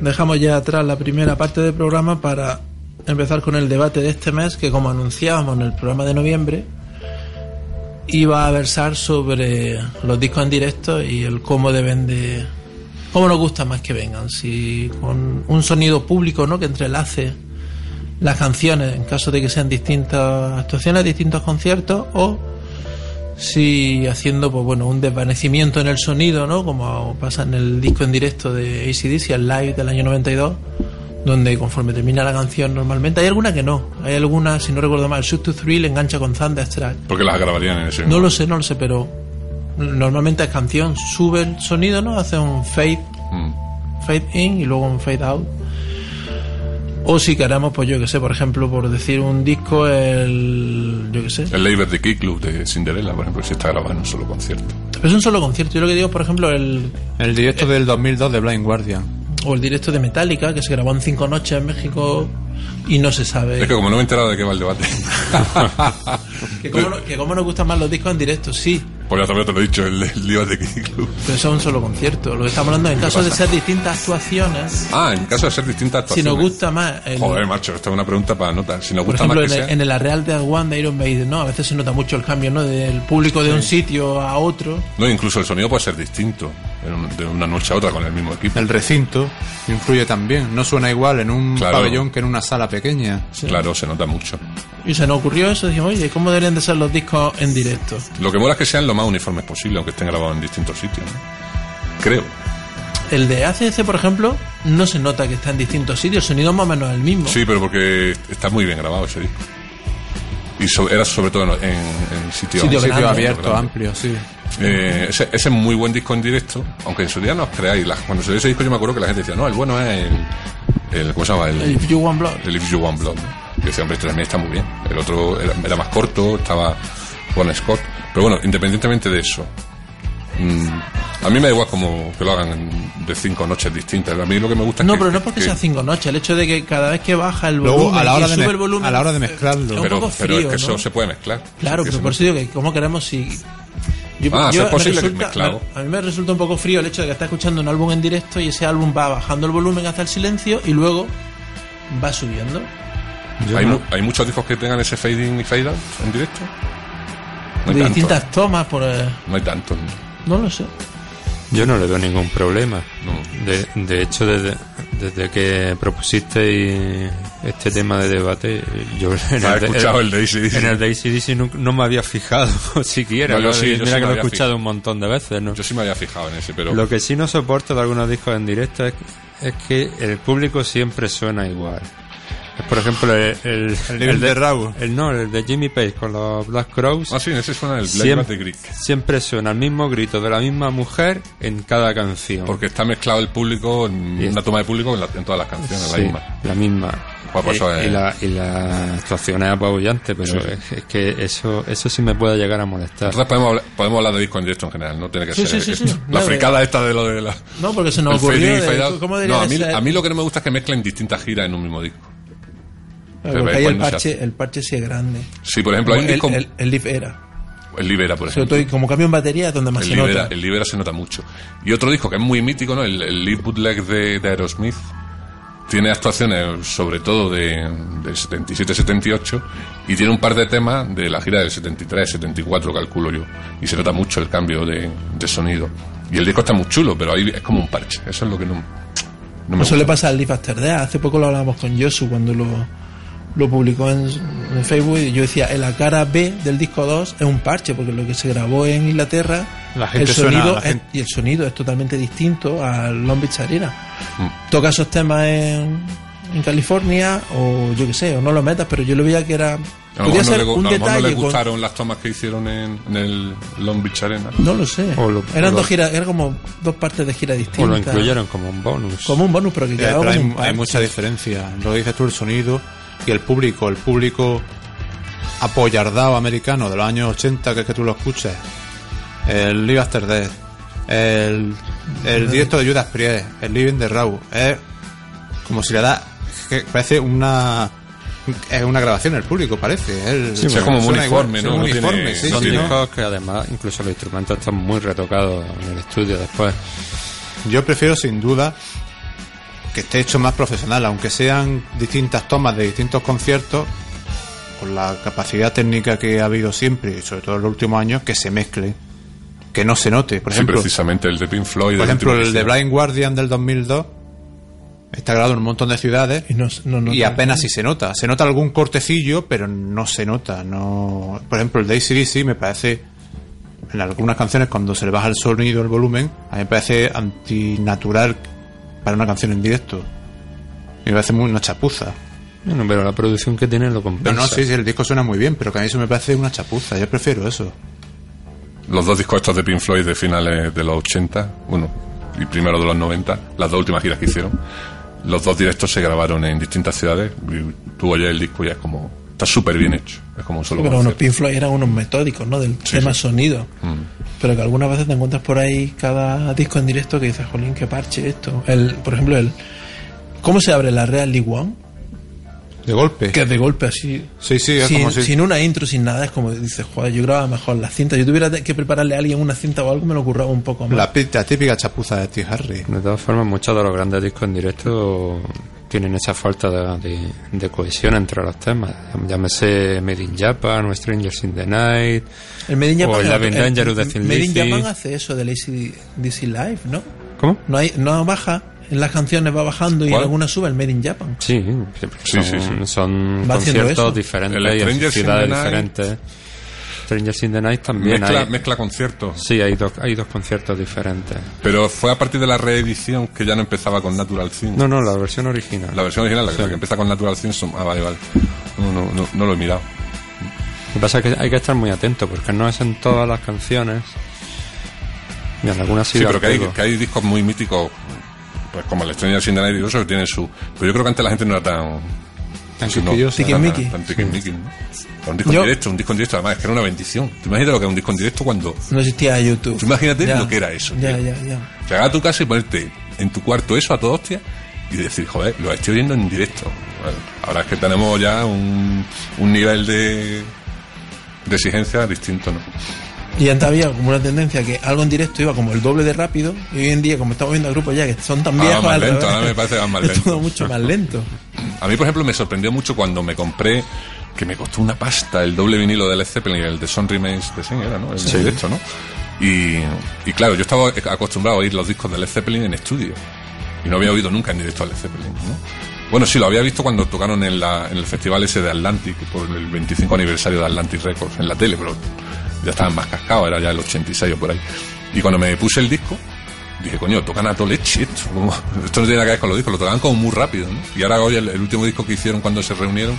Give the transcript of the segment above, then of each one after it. dejamos ya atrás la primera parte del programa para empezar con el debate de este mes que como anunciábamos en el programa de noviembre iba a versar sobre los discos en directo y el cómo deben de cómo nos gusta más que vengan si con un sonido público no que entrelace las canciones en caso de que sean distintas actuaciones distintos conciertos o si haciendo pues bueno un desvanecimiento en el sonido no como pasa en el disco en directo de ACDC el live del año 92 donde conforme termina la canción normalmente hay alguna que no hay alguna si no recuerdo mal Shoot to Thrill engancha con Thunderstruck porque las grabarían en ese no lo sé no lo sé pero normalmente es canción sube el sonido no hace un fade mm. fade in y luego un fade out o si queramos, pues yo que sé, por ejemplo, por decir un disco, el. Yo que sé. El Labor de Key Club de Cinderella, por ejemplo, se está grabando en un solo concierto. Pero es un solo concierto. Yo lo que digo, por ejemplo, el. El directo el, del 2002 de Blind Guardian. O el directo de Metallica, que se grabó en cinco noches en México y no se sabe. Es que como no me he enterado de qué va el debate. que, como, no, que como nos gustan más los discos en directo, sí. Porque pues también te lo he dicho, el, el Labor de Key Club. Pero eso es un solo concierto. Lo que estamos hablando en caso de ser distintas actuaciones. Ah, en caso de ser distintas actuaciones. Si nos gusta más. El, Joder, macho, esta es una pregunta para notar. Si nos por gusta ejemplo, más. en, que el, sea- en el Arreal de One de Iron Maiden, ¿no? A veces se nota mucho el cambio, ¿no? Del público de un sitio a otro. No, incluso el sonido puede ser distinto en un- de una noche a otra con el mismo equipo. El recinto influye también. No suena igual en un Claro. pabellón que en una sala pequeña. Claro, se nota mucho. Y se nos ocurrió eso, dijimos, oye, ¿cómo deberían de ser los discos en directo? Lo que mola es que sean lo más uniformes posible, aunque estén grabados en distintos sitios. ¿no? Creo. El de ACC, por ejemplo, no se nota que está en distintos sitios, el sonido más o menos es el mismo. Sí, pero porque está muy bien grabado ese disco. Y so- era sobre todo en, en, en sitios Sitio Sitio grande, abierto, grande. amplio, sí. Eh, ese, ese es muy buen disco en directo, aunque en su día no os creáis. la- cuando salió ese disco yo me acuerdo que la gente decía, no, el bueno es el... el- ¿Cómo se llama? El, El If You Want Blood. el If You Want Blood. Que decía, hombre, este también está muy bien. El otro era, era más corto, estaba Bon Scott. Pero bueno, independientemente de eso, mm, a mí me da igual como que lo hagan en- de cinco noches distintas. A mí lo que me gusta No, es que... pero no es porque que- sean cinco noches, el hecho de que cada vez que baja el volumen, Luego, a la hora y de sube mez- el volumen, a la hora de eh, mezclarlo. es un Pero, poco pero frío, es que ¿no? eso se puede mezclar. Claro, Que pero se- por eso digo que cómo queremos si... Yo, Ah, yo es posible que resulta- mezclado. a mí me resulta un poco frío el hecho de que está escuchando un álbum en directo y ese álbum va bajando el volumen hasta el silencio y luego va subiendo. ¿Hay, mu- hay muchos discos que tengan ese fade in y fade out en directo? No hay de tantos. distintas tomas, por... eh, No hay tantos. ¿no? No lo sé. Yo no le veo ningún problema. No. De, de hecho, desde, desde que propusisteis este tema de debate, yo en Ah, he de- escuchado el de AC/DC. En el de AC/DC nu- no, me había fijado siquiera. No, yo ¿no? sí, Y yo sí me Mira que lo he había escuchado fijado. un montón de veces, ¿no? Yo sí me había fijado en ese, pero Lo que sí no soporto de algunos discos en directo es, es que el público siempre suena igual. Es, Por ejemplo, el, el, El nivel de Rabu. el- no, el de Jimmy Page con los Black Crows Ah, sí, ese suena el Black de siempre, Greek. siempre suena el mismo grito de la misma mujer en cada canción. Porque está mezclado el público, en Y una está- toma de público en, la- en todas las canciones, la Sí, misma. la misma. Guau, pues Eh, eso es- y, la, y la actuación es apabullante, pero Sí. es, es que eso eso sí me puede llegar a molestar. Entonces podemos hablar, podemos hablar de disco en directo en general, ¿no? Tiene que Sí, ser. sí, sí, eh, sí. La No, fricada esta de lo de la. No, porque se nos el ocurrió... fade in y de- fade out. ¿Cómo No, debería a de mí, ser? a mí lo que no me gusta es que mezclen distintas giras en un mismo disco. Claro, Pero porque ahí el cuando se parche, el parche sí es grande. Sí, por ejemplo, hay un el, disco. el, el Leaf era. el Libera, por Sobre ejemplo. todo, y como cambio en batería es donde más El se Libera, nota. el Libera se nota mucho. Y otro disco que es muy mítico, ¿no? El, el Live Bootleg de, de Aerosmith. Tiene actuaciones, sobre todo, de, del 77-78. Y tiene un par de temas de la gira del 73-74, calculo yo. Y se nota mucho el cambio de, de sonido. Y el disco está muy chulo, pero ahí es como un parche. Eso es lo que no, no me Eso gusta. le pasa al Leaf After Death. Hace poco lo hablábamos con Yosu cuando lo, lo publicó en, en Facebook. Y yo decía, en la cara B del disco 2 es un parche, porque lo que se grabó en Inglaterra La gente el sonido suena- la es- gente- y el sonido es totalmente distinto al Long Beach Arena. Mm. Toca esos temas en, en California o yo qué sé, o no los metas, pero yo lo veía que era A lo mejor podía no ser le gu- a lo un mejor no detalle le con- gustaron las tomas que hicieron en, en el Long Beach Arena. no lo sé. O lo- eran o lo- dos giras, eran como dos partes de gira distintas. O lo incluyeron como un bonus. Como un bonus, pero que Eh, pero quedaba como hay, un hay parche. mucha diferencia. Lo que dices tú, el sonido y el público. El público apoyardado americano de los años 80, que es que tú lo escuchas. El Live After Death. El, el directo de Judas Priest. El Living the Raw. Es como si le da. que parece una. Es una grabación el público, parece. El- Sí, es como un suena igual, uniforme, es ¿no? un No tiene- uniforme, sí, no Son sí, tiene- ¿no? discos que además incluso los instrumentos están muy retocados en el estudio después. Yo prefiero sin duda que esté hecho más profesional, aunque sean distintas tomas de distintos conciertos, con la capacidad técnica que ha habido siempre, y sobre todo en los últimos años, que se mezcle, que no se note. Por Sí, ejemplo, precisamente el de Pink Floyd. por del ejemplo último el de que hicieron. Blind Guardian del 2002 está grabado en un montón de ciudades Y no- no- no- y apenas si se nota. Se nota algún cortecillo, pero no se nota. No, por ejemplo, el Day Series sí me parece en algunas canciones cuando se le baja el sonido, el volumen, a mí me parece antinatural para una canción en directo. Me parece muy una chapuza. Bueno, pero la producción que tienen lo No, compensa. no, sí, sí, el disco suena muy bien, pero que a mí eso me parece una chapuza. Yo prefiero eso. Los dos discos estos de Pink Floyd de finales de los 80, bueno, y primero de los 90, las dos últimas giras que hicieron. Los dos directos se grabaron en distintas ciudades. y tú oyes el disco y es como. Está súper bien hecho. Es como un solo. Pero unos concierto. Pink Floyd eran unos metódicos, ¿no? Del tema sonido. Mm. Pero que algunas veces te encuentras por ahí cada disco en directo que dices, jolín, qué parche esto. El, por ejemplo, el ¿cómo se abre la Real League One? De golpe. Que de golpe así. Sí, sí, es sin, como si... sin una intro, sin nada, es como dices, joder, yo grababa mejor las cintas. Yo tuviera que prepararle a alguien una cinta o algo, me lo curraba un poco más. La, pi- la típica chapuza de Steve Harry. De todas formas, muchos de los grandes discos en directo tienen esa falta de, de- de cohesión entre los temas. Llámese Made in Japan o Strangers in the Night. El Made in o Japan, el Love and el- Dangerous de Thin Made in Lizzy. Japan hace eso del ACDC Live, ¿no? ¿Cómo? No, hay, no baja, en las canciones va bajando y en ¿Cuál? algunas sube el Made in Japan. Sí, Sí, son, sí, sí. son Va haciendo eso. conciertos diferentes El y en Strangers in the ciudades Night. diferentes. Strangers in the Night también Mezcla, hay. mezcla conciertos. Sí, hay dos, hay dos conciertos diferentes. Pero fue a partir de la reedición que ya no empezaba con Natural Thing. No, no, la versión original. La versión original, la que- la que empieza con Natural Simpson. Ah, vale, vale. No, no, no, no lo he mirado. Lo que pasa es que hay que estar muy atento porque no es en todas las canciones. Y en algunas sí, Sí, las pero que hay, pego. que hay discos muy míticos, pues como el Stranger Sin Night y todo eso, que tienen su. Pero yo creo que antes la gente no era tan. Tan no, quisquillosa. tan- Tiquismiqui. tan tiquismiqui, ¿no? Era Un disco Yo- en directo, un disco en directo, además, es que era una bendición. ¿Te imaginas lo que era un disco en directo cuando No existía YouTube. Tú imagínate lo que era eso, Ya, tío. ya, ya. llegar a tu casa y ponerte en tu cuarto eso a toda hostia y decir, joder, lo estoy oyendo en directo. Bueno, ahora es que tenemos ya un, un nivel de, de exigencia distinto, ¿no? Y antes había como una tendencia que algo en directo iba como el doble de rápido. Y hoy en día, como estamos viendo al grupo ya, que son tan Ahora viejos. Ah, más al lento, revés, ahora me parece que van más Es todo lentos. mucho más lento. A mí, por ejemplo, me sorprendió mucho cuando me compré, que me costó una pasta, el doble vinilo de Led Zeppelin, el de Son Remains de Sing, era, ¿no? El directo, ¿no? Y, y claro, yo estaba acostumbrado a oír los discos de Led Zeppelin en estudio. Y no había oído nunca en directo a Led Zeppelin, ¿no? Bueno, sí, lo había visto cuando tocaron en, la- en el festival ese de Atlantic, por el 25 aniversario de Atlantic Records, en la tele, pero ya estaban más cascados, era ya el 86 o por ahí. Y cuando me puse el disco, dije, coño, tocan a todo leche esto. como- esto no tiene nada que ver con los discos, lo tocaban como muy rápido, ¿no? Y ahora hoy el, el último disco que hicieron cuando se reunieron,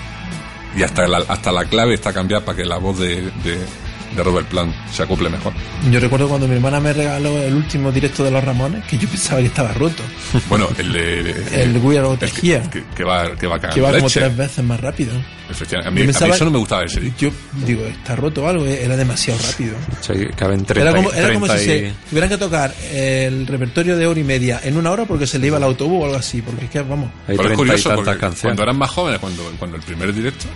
y hasta la, hasta la clave está cambiada para que la voz de, de- de Robert Plant se acople mejor. Yo recuerdo cuando mi hermana me regaló el último directo de Los Ramones, que yo pensaba que estaba roto. Bueno, el de... El We Are Out el Here. que, que va, que va Eh, Que iba como leche. tres veces más rápido. Efectivamente. A mí, Yo a mí pensaba- eso no me gustaba de ese disco. Yo digo, está roto o algo, eh, era demasiado rápido. Sí, caben 30, Era como, era como si 30 y- se tuvieran que tocar el repertorio de hora y media en una hora porque se le iba el autobús o algo así. Porque es que, vamos, Hay Pero es 30 y curioso tantas porque cuando canciones. eran más jóvenes, cuando, cuando el primer directo.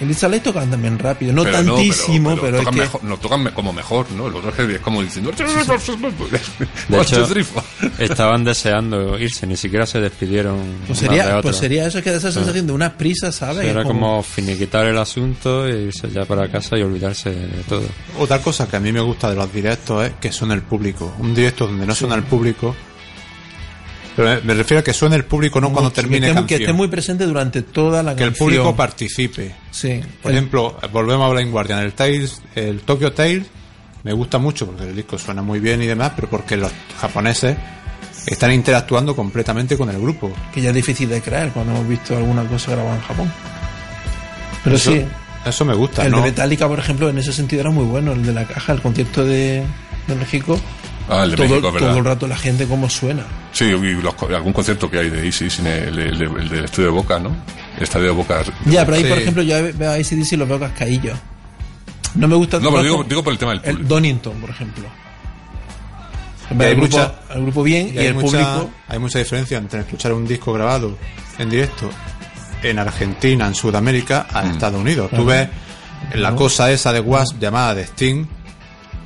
el Light tocan también rápido, no pero tantísimo, pero, tocan es que. mejor- no tocan me- como mejor, ¿no? El otro es que es como diciendo. De hecho, Ochotrifo. estaban deseando irse, ni siquiera se despidieron. Pues unos de sería, otros. pues sería eso, es que Ah. esa sensación de unas prisas, ¿sabes? Era Es como finiquitar el asunto e irse ya para casa y olvidarse de todo. Otra cosa que a mí me gusta de los directos es que suena el público. Un directo donde no suena el público. Pero me- me refiero a que suene el público no cuando que termine esté- canción. que esté muy presente durante toda la Que el canción. público participe. Sí. Por ejemplo, volvemos a Blind Guardian. El, Tales, el Tokyo Tales me gusta mucho porque el disco suena muy bien y demás, pero porque los japoneses están interactuando completamente con el grupo. Que ya es difícil de creer cuando hemos visto alguna cosa grabada en Japón. Pero eso, sí, eso me gusta, el ¿no? de Metallica, por ejemplo, en ese sentido era muy bueno, el de la caja, el concierto de, de México. Ah, el de todo, México, ¿verdad? todo el rato la gente cómo suena. Sí, y los co- algún concierto que hay de Isis, el, el- el- el del estudio de Boca, ¿no? El estadio de Boca. Ya, pero ahí, por Sí. ejemplo, yo veo a ACDC y los veo cascaillos. No me gusta No, pero tanto digo, digo por el tema del el público. Donington, por ejemplo. Y hay El grupo, mucha- el grupo bien y, hay el mucha, público. Hay mucha diferencia entre escuchar un disco grabado en directo en Argentina, en Sudamérica, Mm. a Estados Unidos. Tú ves la cosa esa de Wasp llamada de Sting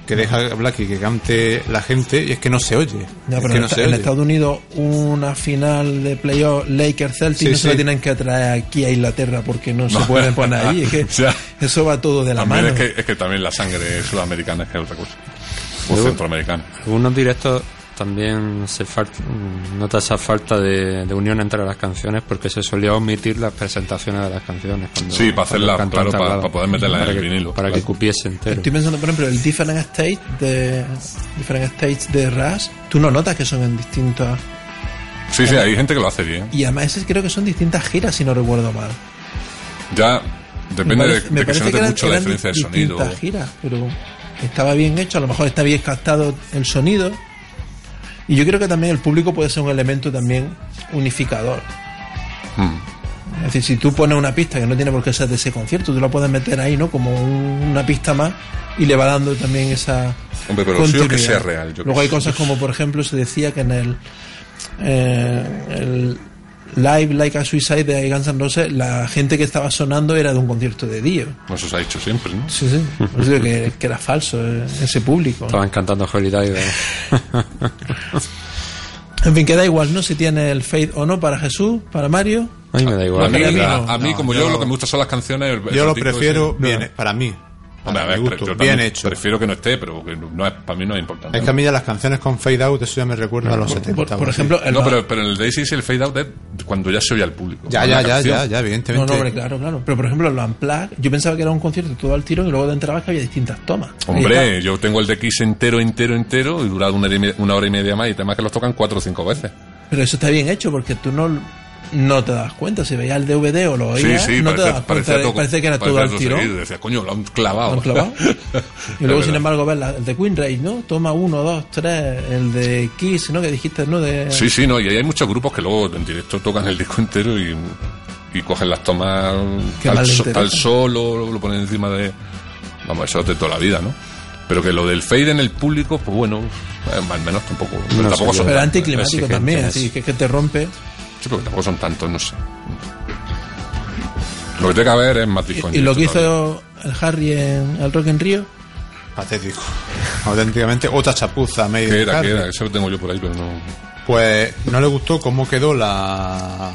que deja a Blackie que cante la gente y es que no se oye. Ya, pero es que en, no esta- se en oye. Estados Unidos una final de playoff Lakers Celtics Sí, no se la sí. tienen que traer aquí a Inglaterra porque no, se pueden poner ahí. Es que O sea, eso va todo de la También mano. es que, es que también la sangre sudamericana es que es otra cosa. O Luego- centroamericana. Algunos directos también se fal- mm, nota esa falta de, de unión entre las canciones porque se solía omitir las presentaciones de las canciones. cuando- Sí, para hacerla, cuando el claro, cantante para- hablaba. para poder meterla en Para el que- vinilo. Para que Claro. cupiese entero. Estoy pensando, por ejemplo, el Different Stage de Different States de Rush. Tú no notas que son en distintas Sí, sí, hay gente que lo hace bien. y además ese creo que son distintas giras si no recuerdo mal. Ya Me depende de- parece- de, me que se parece note eran- mucho la eran diferencia de sonido. distintas giras, pero estaba bien hecho, a lo mejor está bien captado el sonido. Y yo creo que también el público puede ser un elemento también unificador. Mm. Es decir, si tú pones una pista que no tiene por qué ser de ese concierto, tú la puedes meter ahí, ¿no? Como un- una pista más y le va dando también esa. Hombre, pero lo suyo es que continuidad. sea real, yo que Luego hay sé. cosas como, por ejemplo, se decía que en el. eh, el Live Like a Suicide de Guns N' Roses, la gente que estaba sonando era de un concierto de Dio. Eso se ha hecho siempre, ¿no? Sí, sí. Os digo que, que era falso eh, ese Ah. público. Estaban cantando Holiday. ¿verdad? En fin, que da igual, ¿no? Si tiene el Fade o no para Jesús, para Mario. A mí me da igual. A mí, mí a- no. a mí, No, como yo, yo- lo que me gustan son las canciones. el- Yo el lo disco prefiero ese- bien, para mí. Hombre, para a mi ver, gusto, yo también bien hecho. Prefiero que no esté, pero que no es, para mí no es importante. Es que a mí ya las canciones con fade out, eso ya me recuerda a los 70. Por, por o así. ejemplo, el no, ma- pero, pero en el Daisy el fade out es cuando ya se oye al público. Ya, Cuando la ya, ya, canción- ya, ya, No, evidentemente. no, hombre, claro, claro. Pero por ejemplo, los Unplugged, yo pensaba que era un concierto todo al tiro y luego te entrabas que había distintas tomas. Y Hombre, yo tengo el de Kiss entero, entero, entero y durado una, hora y me- una hora y media más y temas que los tocan cuatro o cinco veces. está- pero eso está bien hecho porque tú no, no te das cuenta. Si veías el DVD o lo oías, no te das cuenta. de- todo- parece que era todo parecía al tiro. seguido. Decías, coño, lo han clavado. lo han clavado. y luego, Es sin verdad. embargo, ves la- el de Queen Ray, ¿no? Toma uno, dos, tres. El de Kiss, ¿no? Que dijiste, ¿no? De, Sí, sí, no, y ahí hay muchos grupos que luego en directo tocan el disco entero y, y cogen las tomas Qué mal al, le so- interesa. al solo, lo ponen encima de... Vamos, eso es de toda la vida, ¿no? Pero que lo del fade en el público, pues bueno, eh, al menos tampoco, pero No tampoco, sé, son Pero tantos, anticlimático exigente, también, es. así que, que te rompe. ¿eh? Sí, pero tampoco son tantos, no sé. Lo que tiene que haber es más Y, discos. y en lo que directo hizo el Harry en el Rock en Río, Patético. Auténticamente, otra chapuza, también. Made in ¿Qué era? Harlem. ¿Qué era? Eso lo tengo yo por ahí, pero no... Pues no le gustó cómo quedó la,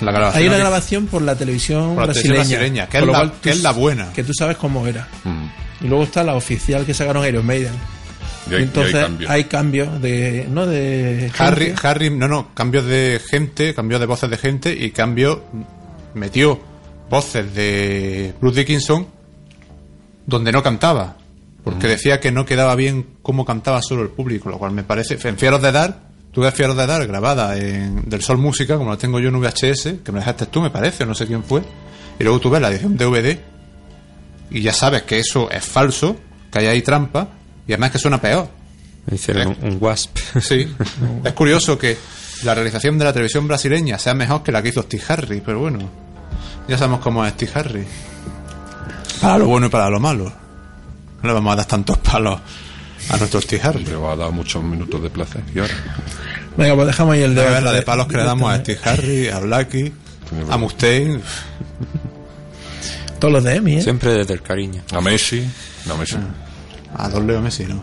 la grabación. hay una grabación por la televisión Por la televisión brasileña, brasileña, que con es lo la- cual tú que es la s- buena. Que tú sabes cómo era. Mm. Y luego está la oficial que sacaron Iron Maiden. Y hay, Entonces y hay cambios. hay cambios de. ¿No? De. Harry, gente. Harry, no, no, cambios de gente, cambios de voces de gente y cambio metió voces de Bruce Dickinson donde no cantaba, porque decía que no quedaba bien cómo cantaba solo el público, lo cual me parece, en Fieros de Dar, tuve Fieros de Dar grabada en del Sol Música, como la tengo yo en VHS, que me la dejaste tú, me parece, no sé quién fue, y luego tuve la edición DVD y ya sabes que eso es falso, que hay ahí trampa y además que suena peor. Hicieron un, un Wasp. ¿Eh? Sí, es curioso que la realización de la televisión brasileña sea mejor que la que hizo Steve Harry, pero bueno, ya sabemos cómo es Steve Harry. Para lo bueno y para lo malo. No le vamos a dar tantos palos a nuestro Steve Harry. Le va a dar muchos minutos de placer. Y ahora... Venga, pues dejamos ahí el Debe debate. ver la de palos que le damos a este. Steve Harry, a Blackie, a Mustaine. Todos los de Emi, ¿eh? Siempre desde el cariño. A Messi. No, Messi. Ah. A Don Leo Messi, ¿no?